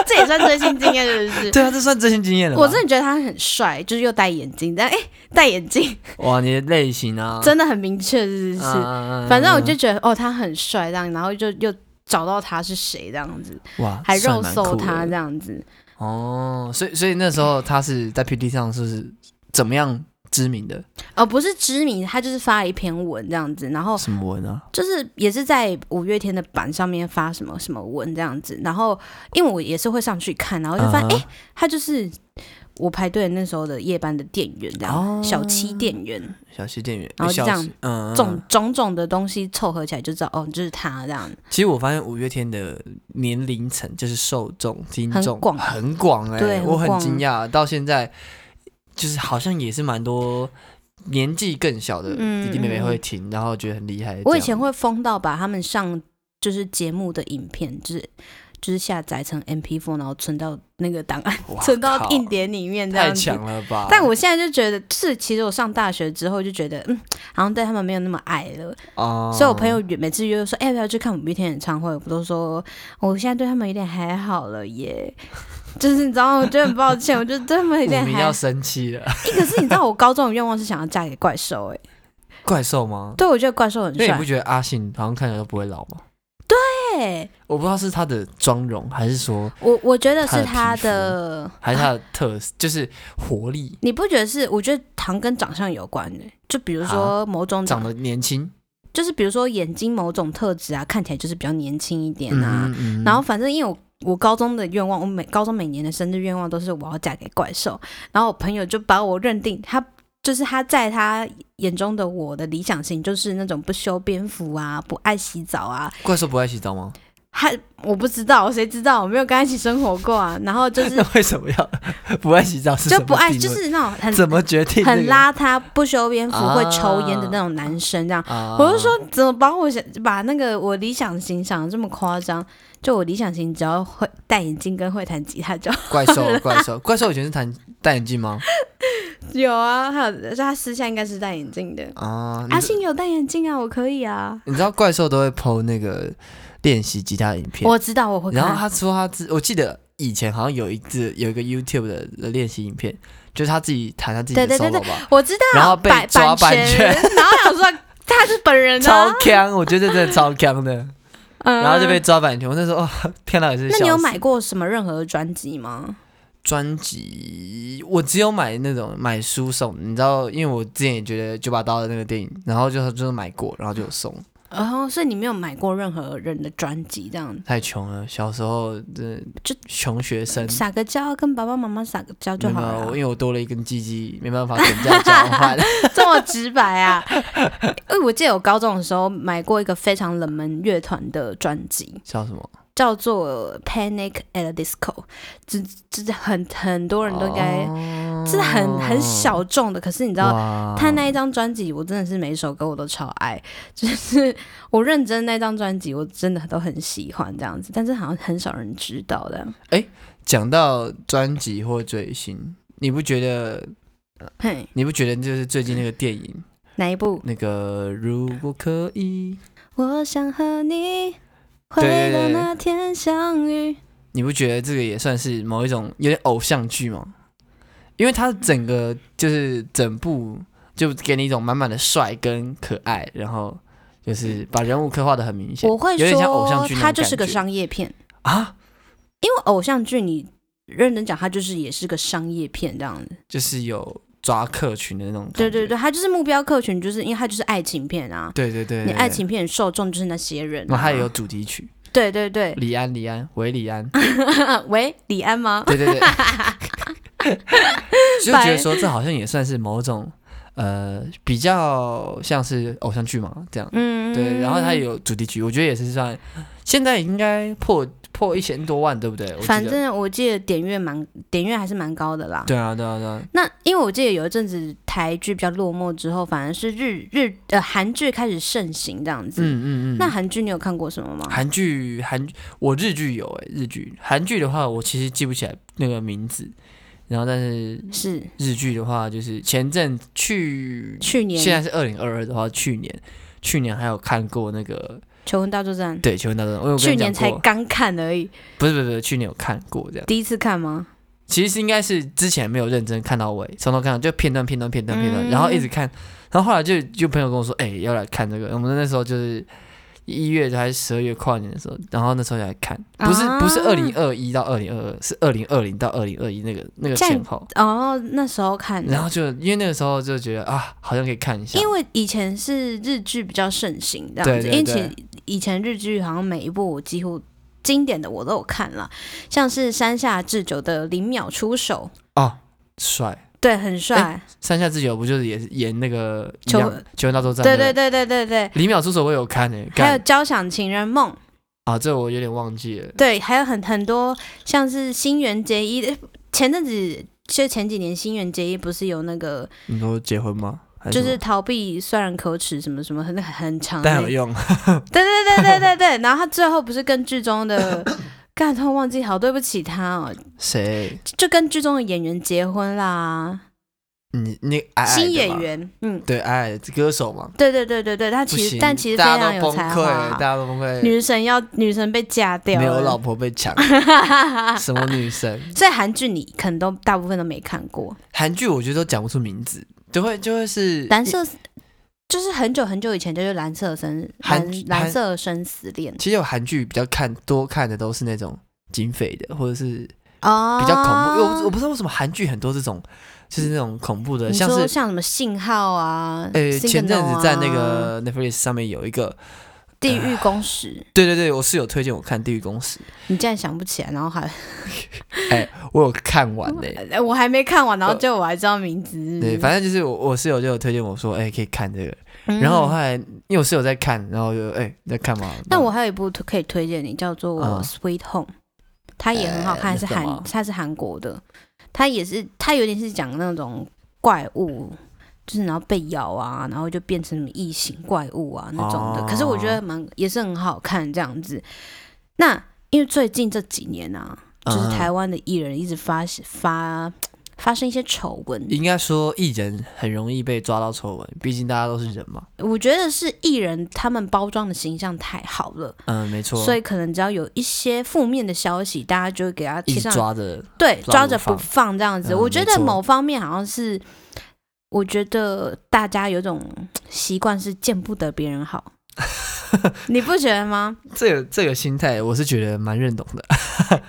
B: 这也算追星经
A: <laughs>
B: 验，是不是？
A: 对啊，这算追星经验了吧。
B: 我真的觉得他很帅，就是又戴眼镜，
A: 啊
B: 但哎、戴眼镜
A: 哇，你的类型啊，
B: 真的很明确，是
A: 嗯
B: 不是？
A: 嗯嗯
B: 反正我就觉得哦，他很帅，这样，然后就又找到他是谁这样子，
A: 哇，
B: 还
A: 啊算
B: 肉
A: 蛮
B: 搜
A: 酷的
B: 他这样子。
A: 哦，所以所以那时候他是在 PT 上是不是怎么样知名的？
B: 哦，不是知名，他就是发了一篇文这样子，然后
A: 什么文啊？
B: 就是也是在五月天的版上面发什么什么文这样子，然后因为我也是会上去看，然后就发现哎、
A: 嗯
B: 诶他就是我排队那时候的夜班的店员这样，
A: 哦
B: 小七店员，
A: 小西店员，
B: 然后
A: 小
B: 就这样
A: 西嗯，嗯
B: 种
A: 嗯
B: 种种的东西凑合起来就知道哦，就是他这样，
A: 其实我发现五月天的年龄层就是受众听
B: 很
A: 众
B: 广
A: 很广哎、
B: 对很
A: 我很
B: 广
A: 惊讶，到现在就是好像也是蛮多年纪更小的
B: 嗯
A: 弟弟妹妹
B: 嗯
A: 会听，然后觉得很厉害。这
B: 我以
A: 样
B: 前会疯到把他们上就是节目的影片，就是就是下载成 MP4，然后存到那个档案，
A: 哇
B: <laughs> 存到
A: 靠
B: 硬碟里面这
A: 太
B: 样子
A: 强。了吧？
B: 但我现在就觉得，是其实我上大学之后就觉得，嗯，好像对他们没有那么爱了。
A: 哦，
B: 所以我朋友每次约我说，哎、要不要去看五月天演唱会？我都说哦我现在对他们有点还好了耶， <laughs> 就是你知道，我觉得很抱歉，我就对他们有
A: 我
B: 点
A: 们
B: 还
A: 要 <laughs>
B: 好。
A: 生气了，
B: 哎、可是你知道，我高中的愿望是想要嫁给怪兽，哎，
A: 怪兽吗？
B: 对我觉得怪兽很
A: 那你不
B: 帅，
A: 觉得阿信好像看起来都不会老吗？
B: 对
A: 我不知道是他的妆容，还是说，
B: 我我觉得是
A: 他
B: 他
A: 的皮肤
B: 的，啊
A: 还是他的特，就是活力，
B: 你不觉得是？我觉得糖跟长相有关的，就比如说某种
A: 长得年轻，
B: 就是比如说眼睛某种特质啊，看起来就是比较年轻一点啊，
A: 嗯嗯嗯
B: 然后反正因为我我高中的愿望，我每高中每年的生日愿望都是我要嫁给怪兽，然后我朋友就把我认定他。就是他在他眼中的我的理想型，就是那种不修边幅啊，不爱洗澡啊。
A: 怪兽不爱洗澡吗？
B: 他我不知道，谁知道？我没有跟他一起生活过啊。然后就
A: <laughs>
B: 是
A: 那为什么要 <laughs> 不爱洗澡是什
B: 就
A: 么
B: 不爱，
A: 定
B: 就
A: 论
B: 是那种很
A: 怎么决定、
B: 很、邋遢、不修边幅、
A: 啊
B: 会抽烟的那种男生，这样。
A: 啊？
B: 我就说，怎么把我想把那个我理想型想的这么夸张？就我理想型，只要会戴眼镜跟会弹吉他就好
A: 怪兽，怪兽，怪兽以前是弹戴眼镜吗？
B: 有啊。还有，就他私下应该是戴眼镜的。
A: 啊，你
B: 阿
A: 知
B: 信有戴眼镜啊，我可以啊。
A: 你知道怪兽都会剖那个练习吉他的影片，
B: 我知道我会
A: 然后
B: 看，
A: 他说他自，我记得以前好像有一次有一个 YouTube 的的练习影片，就是他自己弹他自己
B: 对
A: 的
B: 对对
A: solo
B: 对
A: 吧，
B: 我知
A: 然
B: 道
A: 后被
B: 版
A: 抓版
B: 权，然后想说他是本人
A: 超
B: 啊，
A: 强，我觉得真的超强的，
B: 嗯
A: 然后就被抓版权。我那时候哦，天哪，也是笑
B: 那
A: 死。
B: 你有买过什么任何专辑吗？
A: 专辑？我只有买那种买书送，你知道，因为我之前也觉得九把刀的那个电影，然后就就是买过，然后就有送。
B: 然
A: 哦
B: 后，所以你没有买过任何人的专辑，这样
A: 太穷了，小时候真
B: 就
A: 的穷学生。
B: 撒个娇，跟爸爸妈妈撒个娇就
A: 没
B: 好
A: 办法，因
B: 了啊。
A: 为我多了一根鸡鸡，没办法等价交
B: <laughs>
A: 换。
B: 这么直白啊！ <laughs> 哎，我记得我高中的时候买过一个非常冷门乐团的专辑，
A: 叫什么？
B: 叫做《Panic at the Disco》，这这很很多人都应该，
A: 哦
B: 这、是很很小众的。可是你知道，
A: 哇
B: 他那一张专辑，我真的是每一首歌我都超爱， <laughs> 就是我认真那张专辑，我真的都很喜欢这样子，但是好像很少人知道的。
A: 讲到专辑或追星，你不觉得？
B: 嘿，
A: 你不觉得就是最近那个电影，
B: 哪一部？
A: 那个如果可以，
B: 我想和你回
A: 对对
B: 到
A: 对
B: 那天相遇。
A: 你不觉得这个也算是某一种有点偶像剧吗？因为它整个就是整部就给你一种满满的帅跟可爱，然后就是把人物刻画的很明显，
B: 我会
A: 有点像偶像
B: 说
A: 剧，那种
B: 它就是
A: 感
B: 个
A: 觉
B: 商业片，
A: 啊，
B: 因为偶像剧你认真讲，它就是也是个商业片这样子。
A: 就是有抓客群的那种感
B: 对
A: 觉。
B: 对对，它就是目标客群，就是因为它就是爱情片啊。
A: 对对对，
B: 你
A: 对
B: 爱，情片受众就是那些人、
A: 然
B: 啊，
A: 后它也有主题曲，
B: 对
A: <laughs>
B: 对对，
A: 李安李安韦李安，
B: 喂，李安吗？
A: 对对对，就觉得说这好像也算是某种呃比较像是偶像剧嘛这样。
B: 嗯，
A: 对，然后它也有主题曲，我觉得也是算，现在应该破破一千多万，对不对？我记得
B: 反正我记得点阅蛮点阅还是蛮高的啦。
A: 对啊，对啊，对啊，
B: 那因为我记得有一阵子台剧比较落寞之后，反而是日日呃韩剧开始盛行这样子。
A: 嗯嗯嗯。
B: 那韩剧你有看过什么吗？
A: 韩剧韩我日剧有哎、日剧韩剧的话我其实记不起来那个名字，然后但是
B: 是
A: 日剧的话就是前阵去
B: 去
A: 现在
B: 年《
A: 是二零二二的话，去年去年还有看过那个
B: 求婚大作战》，
A: 对《求婚大作战》，我有跟
B: 去
A: 你
B: 年
A: 讲
B: 才
A: 过，
B: 刚看而已，
A: 不是不是不是，去年有看过这样。
B: 第一次看吗？
A: 其实应该是之前没有认真看到尾，从头看到就片段片段片段片段，
B: 嗯
A: 然后一直看，然后后来就就朋友跟我说，哎、要来看这个。我们那时候就是一月还是十二月跨年的时候，然后那时候就来看，不是、
B: 啊
A: 不是二零二一到二零二二，是二零二零到二零二一那个那个
B: 这样
A: 前后。
B: 哦，那时候看
A: 然
B: 的，
A: 后就因为那个时候就觉得啊，好像可以看一下，
B: 因为以前是日剧比较盛行这样子，
A: 对对
B: 因为其
A: 对
B: 实以前日剧好像每一部我几乎经典的我都有看了，像是山下智久的《零秒出手》，
A: 哦帅。
B: 对，很帅，
A: 山下智久不就是也是演那个一
B: 求
A: 样求婚大作战？
B: 对对，对对对对，
A: 李淼出手我有看诶、
B: 还有
A: 干
B: 《交响情人梦》，
A: 啊，这我有点忘记了。
B: 对，还有很很多像是新垣结衣，诶前阵子就前几年新垣结衣不是有那个
A: 你说结婚吗？还
B: 就
A: 什么
B: 是逃避虽然可耻什么什么很很长的那
A: 但
B: 个
A: 有用。
B: 对对对对对对，然后他最后不是跟剧中的， <coughs> 干，突然忘记，好对不起他哦，
A: 谁？
B: 就跟剧中的演员结婚啦，
A: 你你矮矮的
B: 新演
A: 嘛？
B: 员，嗯，
A: 对，矮矮的歌手嘛？
B: 对对对对对，他
A: 不
B: 其实
A: 行，
B: 但其实非
A: 大家
B: 常
A: 都
B: 有
A: 崩
B: 才
A: 溃，大
B: 华，
A: 家都崩溃。
B: 女神要女神被嫁掉
A: 没有
B: 了
A: 老，婆被
B: <laughs>
A: 抢，什么女神？
B: 所以韩剧你可能都大部分都没看过，
A: 韩剧我觉得都讲不出名字，就会就会是
B: 蓝。色。就是很久很久以前，就是蓝色生
A: 韩
B: 蓝
A: 剧
B: 蓝
A: 韩
B: 色生死恋
A: 其实有韩剧比较看多看的都是那种警匪的，或者是
B: 哦，
A: 比较恐怖。因为我不我不知道为什么韩剧很多这种就是那种恐怖的，
B: 你
A: 像
B: 说
A: 是
B: 像什么信号啊，
A: 呃
B: Signal
A: 前阵子在那
B: 啊
A: 个 Netflix 上面有一个，
B: 地狱公使，
A: 对对对，我室友推荐我看《地狱公使》，
B: 你竟然想不起来，然后还
A: 我有看完欸嘞、
B: 呃我还没看完，然后
A: 呃
B: 就我还知道名字。
A: 对，反正就是我我室友就有推荐我说，哎、可以看这个，然后我后来因为我室友在看，然后我就哎、你在看嘛。
B: 嗯但我还有一部推可以推荐你，叫做
A: 嗯
B: 《Sweet Home》，它也很好看，
A: 哎
B: 是
A: 那是什
B: 韩
A: 么，
B: 它是韩国的，它也是它有点是讲那种怪物，就是然后被咬啊，然后就变成异形怪物啊那种的。可是我觉得蛮也是很好看这样子。那因为最近这几年啊，就是
A: 嗯
B: 台湾的艺人一直发发发生一些丑闻，
A: 应该说艺人很容易被抓到丑闻，毕竟大家都是人嘛。
B: 我觉得是艺人他们包装的形象太好了。
A: 嗯，没错。
B: 所以可能只要有一些负面的消息，大家就会给他
A: 一
B: 贴
A: 直
B: 上
A: 抓着
B: 对
A: 抓
B: 抓
A: 不
B: 着不
A: 放
B: 放这样子。
A: 嗯
B: 我觉
A: 没
B: 得
A: 错
B: 某方面好像是，我觉得大家有种习惯是见不得别人好， <laughs> 你不觉得吗？
A: 这个这个心态，我是觉得蛮认同的。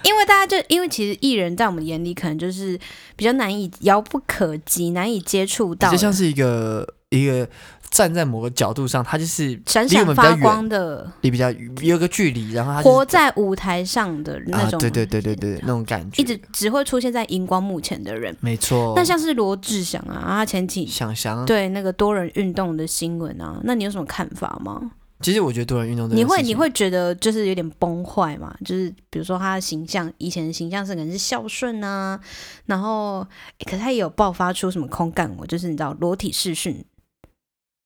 B: 因为大家就因为其实艺人在我们眼里可能就是比较难以遥不可及、难以接触到
A: 就
B: 的，
A: 像是一个一个站在某个角度上，他就是
B: 闪
A: 离我
B: 闪
A: 们比较
B: 发
A: 远
B: 光的、
A: 离比较有个距离，然后他就是
B: 活在舞台上的那
A: 啊，
B: 种，
A: 对对对对对，那种感觉，
B: 一直只会出现在荧光幕前的人。
A: 没错。
B: 那像是罗志祥啊，他前几
A: 想想，
B: 对那个多人运动的新闻啊，那你有什么看法吗？
A: 其实我觉得多人运动这
B: 你
A: 哦件事
B: 会
A: 情
B: 你会觉得就是有点崩坏嘛？就是比如说他的形象，以前的形象是可能是孝顺啊，然后、诶可是他也有爆发出什么空干我，就是你知道裸体视讯。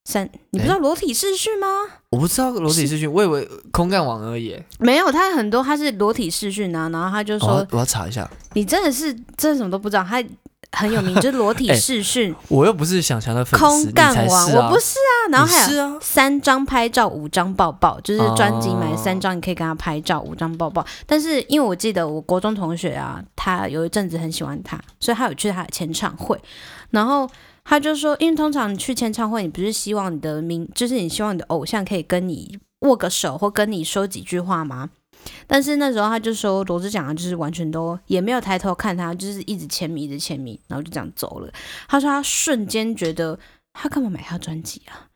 B: 三，你不知道裸体视讯吗？
A: 我不知道裸体视讯，我以为空干网而已。
B: 没有，他很多他是裸体视讯啊，然后他就
A: 我
B: 说、
A: 要哦我要查一下，
B: 你真的是真的什么都不知道，他很
A: <laughs>
B: 有名，就是裸体
A: 诶
B: 视讯、
A: 我又不是想想的粉丝，
B: 空干
A: 你才
B: 王，
A: 是啊，
B: 我不是啊，然后还有
A: 你是啊，
B: 三张拍照，五张抱抱，就是专辑买
A: 哦
B: 三张，你可以跟他拍照，五张抱抱。但是因为我记得我国中同学啊，他有一阵子很喜欢他，所以他有去他的签唱会，然后他就说，因为通常你去签唱会，你不是希望你的名，就是你希望你的偶像可以跟你握个手或跟你说几句话吗？但是那时候他就说罗志祥就是完全都也没有抬头看他，就是一直签名，一直签名，然后就这样走了。他说他瞬间觉得他干嘛买他专辑啊？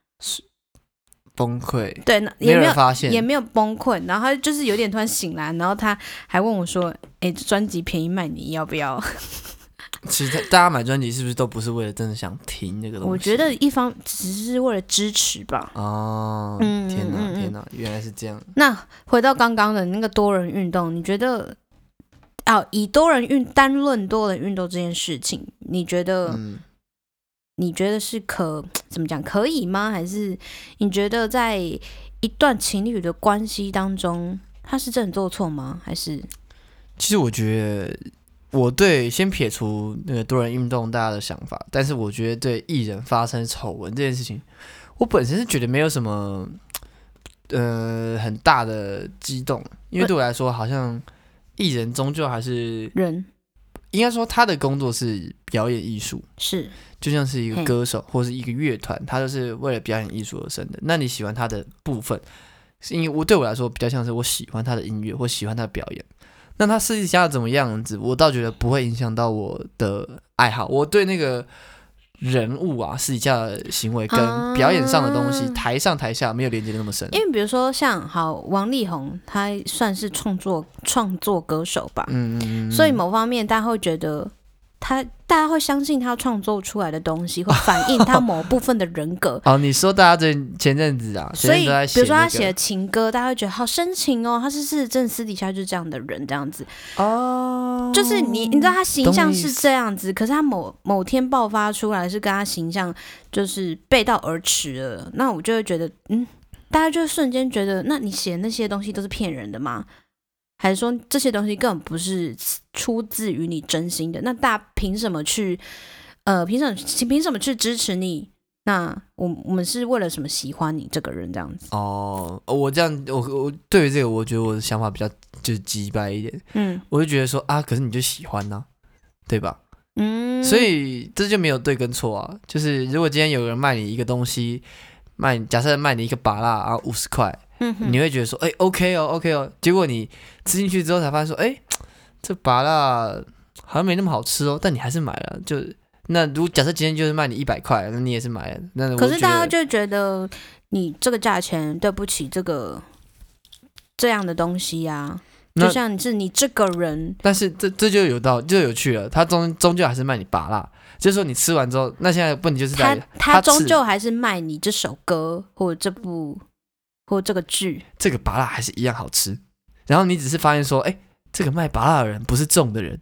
A: 崩溃，
B: 对，那
A: 没
B: 也
A: 有
B: 没有
A: 人发
B: 也
A: 现，
B: 没有崩溃，然后他就是有点突然醒来，然后他还问我说：“哎、这专辑便宜卖，你要不要 <laughs>
A: 其实大家买专辑是不是都不是为了真的想听这个？”东西？
B: 我觉得一方只是为了支持吧。
A: 哦，
B: 嗯
A: 天哪
B: 嗯嗯嗯
A: 天哪，原来是这样。
B: 那回到刚刚的那个多人运动，你觉得啊，以多人运单论多人运动这件事情，你觉得、
A: 嗯，
B: 你觉得是可怎么讲可以吗？还是你觉得在一段情侣的关系当中，他是真的做错吗？还是
A: 其实我觉得，我对先撇除那个多人运动大家的想法，但是我觉得对艺人发生丑闻这件事情，我本身是觉得没有什么，呃，很大的激动，因为对我来说，好像艺人终究还是
B: 人
A: 应该说他的工作是表演艺术，
B: 是
A: 就像是一个
B: 嘿
A: 歌手或是一个乐团，他就是为了表演艺术而生的。那你喜欢他的部分，是因为我对我来说比较像是我喜欢他的音乐或喜欢他的表演。那他私底下怎么样子，我倒觉得不会影响到我的爱好。我对那个人物啊，私底下的行为跟
B: 啊
A: 表演上的东西，台上台下没有连接的那么深。
B: 因为比如说像好王力宏，他算是创作创作歌手吧，
A: 嗯嗯嗯，
B: 所以某方面大家会觉得他，大家会相信他创作出来的东西会反映他某部分的人
A: <laughs>
B: 格。
A: 哦，你说大家最前阵子啊，
B: 所
A: 前阵子
B: 以，
A: 都在
B: 比如说他
A: 那个
B: 写的情歌，大家会觉得好深情哦，他是不是真的私底下就是这样的人，这样子，
A: 哦，
B: 就是你，你知道他形象
A: 懂你意
B: 是
A: 思
B: 这样子，可是他某某天爆发出来是跟他形象就是背道而驰了，那我就会觉得，嗯，大家就瞬间觉得，那你写那些东西都是骗人的吗？还是说这些东西根本不是出自于你真心的？那大家凭什么去，呃，凭什么凭什么去支持你？那我我们是为了什么喜欢你这个人这样子？
A: 哦，我这样，我我对于这个，我觉得我的想法比较就是鸡掰一点，
B: 嗯
A: 我就觉得说啊，可是你就喜欢呐、对吧？
B: 嗯，
A: 所以这就没有对跟错啊，就是如果今天有人卖你一个东西，卖假设卖你一个芭拉啊五十块，
B: 嗯哼
A: 你会觉得说哎、OK 哦 OK 哦，结果你吃进去之后才发现说哎、这芭拉好像没那么好吃哦，但你还是买了，就那如果假设今天就是卖你一百块，那你也是买了，那我
B: 可是
A: 觉
B: 大家
A: 得
B: 就会觉得你这个价钱对不起这个这样的东西呀、
A: 那
B: 就像是你这个人，
A: 但是这这就有道就有趣了，他终终究还是卖你拔蜡，就是说你吃完之后，那现在问题就是在
B: 他
A: 于
B: 他
A: 吃
B: 终究还是卖你这首歌或这部或这个剧，
A: 这个拔蜡还是一样好吃，然后你只是发现说，哎、这个卖拔蜡的人不是种的人，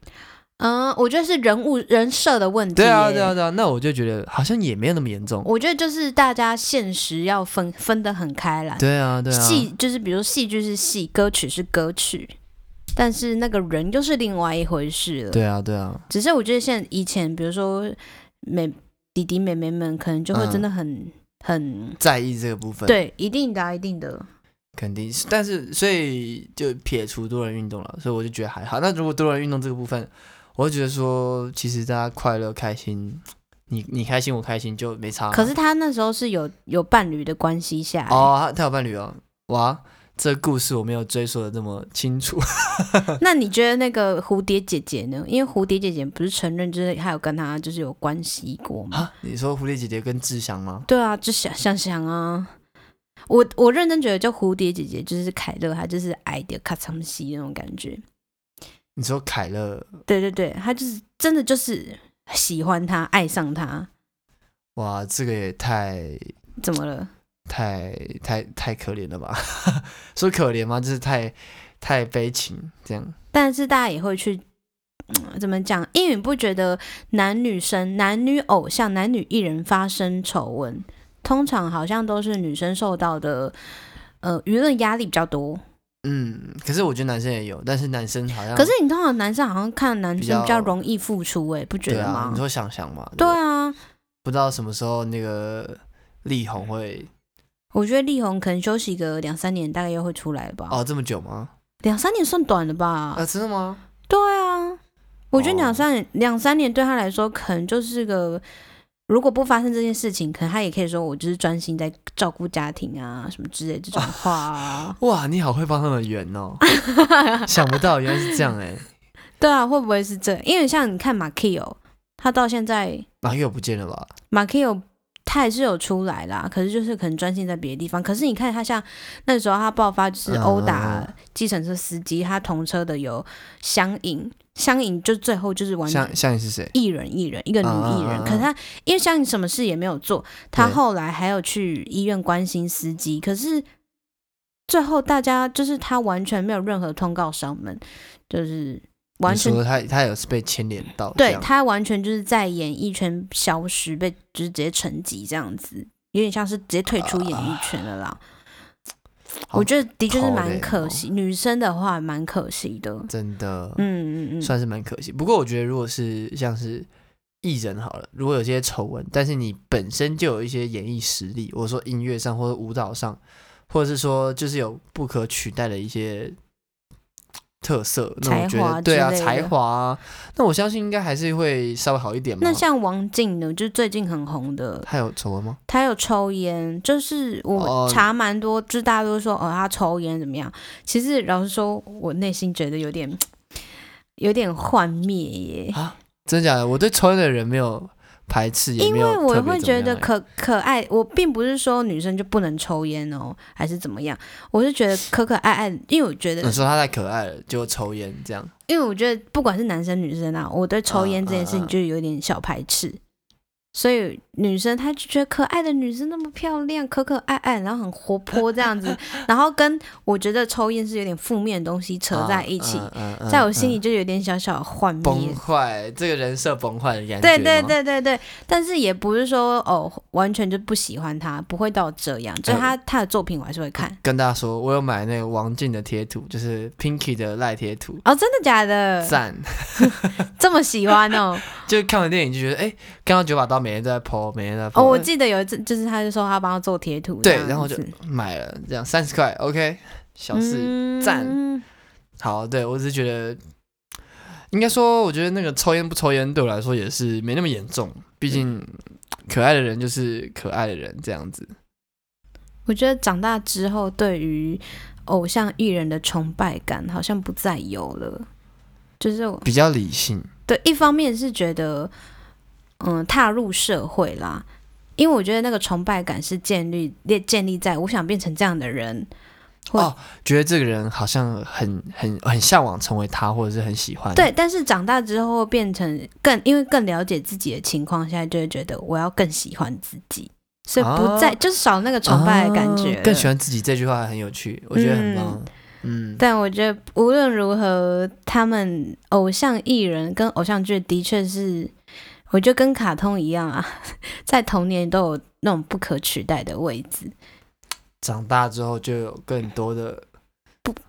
B: 嗯，我觉得是人物人设的问题。
A: 对啊对啊。对啊，那我就觉得好像也没有那么严重，
B: 我觉得就是大家现实要分分得很开来，
A: 对啊对啊，
B: 戏就是比如戏剧是戏，歌曲是歌曲，但是那个人又是另外一回事了。
A: 对啊对啊，
B: 只是我觉得现在以前，比如说妹弟弟妹妹们，可能就会真的很、
A: 嗯
B: 很
A: 在意这个部分，，
B: 对，一定的、啊，一定的。
A: 肯定是，但是所以就撇除多人运动了，所以我就觉得还好。那如果多人运动这个部分，我会觉得说，其实大家快乐开心，你你开心我开心就没差嘛。
B: 可是他那时候是有有伴侣的关系下，
A: 哦，他他有伴侣哦，哇，这故事我没有追溯的这么清
B: <laughs>
A: 楚。
B: <laughs> 那你觉得那个蝴蝶姐姐呢？因为蝴蝶姐姐不是承认，就是还有跟他就是有关系过吗？
A: 啊，你说蝴蝶姐姐跟志祥吗？
B: 对啊，就想想想啊，我我认真觉得，就蝴蝶姐姐就是凯乐，她就是矮的咔嚓西那种感觉。
A: 你说凯乐，
B: 对对对，她就是真的就是喜欢他，爱上他，
A: 哇，这个也太
B: 怎么了？
A: 太太太可怜了吧？ <laughs> 说可怜吗？就是太太悲情这样。
B: 但是大家也会去。嗯怎么讲？因为你不觉得男女生、男女偶像、男女艺人发生丑闻，通常好像都是女生受到的呃舆论压力比较多。
A: 嗯，可是我觉得男生也有，但是男生好像
B: 可是你通常男生好像看男
A: 比
B: 生
A: 较
B: 比较容易付出、欸，哎，不觉
A: 对
B: 得
A: 啊，
B: 吗
A: 你？说想想嘛，
B: 对
A: 不
B: 啊，
A: 不知道什么时候那个力宏会
B: 我觉得力宏可能休息个两三年，大概又会出来了吧。
A: 哦这么久吗？
B: 两三年算短了吧？
A: 啊，真的吗？
B: 对啊，我觉得
A: 哦
B: 两三年两三年对他来说，可能就是个，如果不发生这件事情，可能他也可以说我就是专心在照顾家庭啊，什么之类这种
A: <laughs>
B: 话啊。
A: 哇，你好会帮他们圆
B: <laughs>
A: 哦，想不到原来是这样哎、
B: 对啊，会不会是这样？因为像你看马 k i 他到现在
A: 马友不见了吧？
B: 马 k i 他也是有出来啦，可是就是可能专心在别的地方。可是你看他像那时候他爆发就是
A: 嗯
B: 殴打计程车司机，他同车的有相迎，相迎就最后就是完全
A: 像像你是谁？
B: 艺人，艺人，一个女艺人。
A: 啊啊啊啊
B: 可是她因为像你什么事也没有做，她
A: 对
B: 后来还有去医院关心司机，可是最后大家就是她完全没有任何通告上门，就是完全
A: 你说他他有是被牵连到这
B: 对
A: 样，
B: 她完全就是在演艺圈消失，被就是直接沉寂这样子，有点像是直接退出演艺圈了啦。
A: 啊好
B: 我觉得的确是
A: 好
B: 蛮
A: 累
B: 可
A: 哦
B: 惜，女生的话蛮可惜的。
A: 真的、
B: 嗯嗯嗯，
A: 算是蛮可惜。不过我觉得如果是像是艺人好了，如果有些丑闻，但是你本身就有一些演艺实力，我说音乐上或者舞蹈上，或者是说就是有不可取代的一些。特色，那我觉
B: 才华
A: 得对啊，
B: 之类的
A: 才华啊，那我相信应该还是会稍微好一点嘛。
B: 那像王静呢，就是最近很红的，
A: 他有丑闻吗？
B: 他有抽烟，就是我
A: 哦
B: 查蛮多，就是大家都说哦，他抽烟怎么样？其实老实说，我内心觉得有点有点幻灭耶，
A: 啊真假的？我对抽烟的人没有排斥，也
B: 因
A: 没有
B: 为我
A: 特别
B: 会
A: 怎么
B: 觉得
A: 样欸
B: 可可爱，我并不是说女生就不能抽烟哦，还是怎么样，我是觉得可可爱爱，因为我觉得
A: 你，说他太可爱了，就抽烟这样。
B: 因为我觉得不管是男生女生啊，我对抽烟这件事
A: 嗯嗯
B: 情
A: 嗯
B: 就有点小排斥。所以女生她就觉得可爱的女生那么漂亮，可可爱爱，然后很活泼
A: <laughs>
B: 这样子，然后跟我觉得抽烟是有点负面的东西扯在一起，
A: 嗯嗯嗯
B: 在我心
A: 嗯
B: 里就有点小小的幻灭
A: 崩。坏，这个人设崩坏的感觉。
B: 对对，对对对，但是也不是说哦完全就不喜欢她，不会到这样，
A: 呃
B: 就是她她的作品我还是会看。
A: 跟大家说，我有买那个王静的贴图，就是 Pinky 的赖贴图。
B: 哦，真的假的？
A: 赞！ <laughs>
B: 这么喜欢哦？
A: 就看完电影就觉得，哎、看到九把刀每天都在 PO，每天都在 PO，
B: 哦，我
A: 哎
B: 记得有一次，就是她就说她帮她做贴图这
A: 对
B: 样，子，
A: 然后就买了，这样三十块，OK，小事。赞
B: 嗯
A: 好，对我只是觉得，应该说，我觉得那个抽烟不抽烟对我来说也是没那么严重，毕竟可爱的人就是可爱的人这样子。
B: 我觉得长大之后，对于偶像艺人的崇拜感好像不再有了。就是我
A: 比较理性。
B: 对，一方面是觉得，嗯，踏入社会啦，因为我觉得那个崇拜感是建立建立在我想变成这样的人，会
A: 哦，觉得这个人好像很很很向往成为他，或者是很喜欢。
B: 对，但是长大之后变成更，因为更了解自己的情况下，就会觉得我要更喜欢自己，所以不再、
A: 哦
B: 就是少那个
A: 啊，
B: 崇拜的感觉、
A: 更喜。欢自己这句话很有趣，我觉得很棒。嗯，
B: 但我觉得无论如何，他们偶像艺人跟偶像剧的确是，我觉得跟卡通一样啊， <laughs> 在童年都有那种不可取代的位置。
A: 长大之后就有更多的、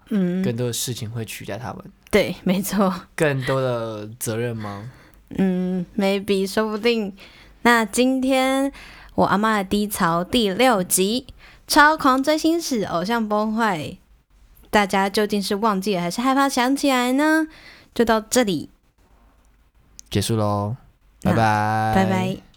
B: 嗯，
A: 更多的事情会取代他们，
B: 对，没错。
A: 更多的责任吗？
B: 嗯，maybe 说不定。那今天我阿妈的低潮第六集《超狂追星史》偶像崩坏，大家究竟是忘记了还是害怕想起来呢？就到这里，
A: 结束喽，拜
B: 那
A: 拜，
B: 拜拜。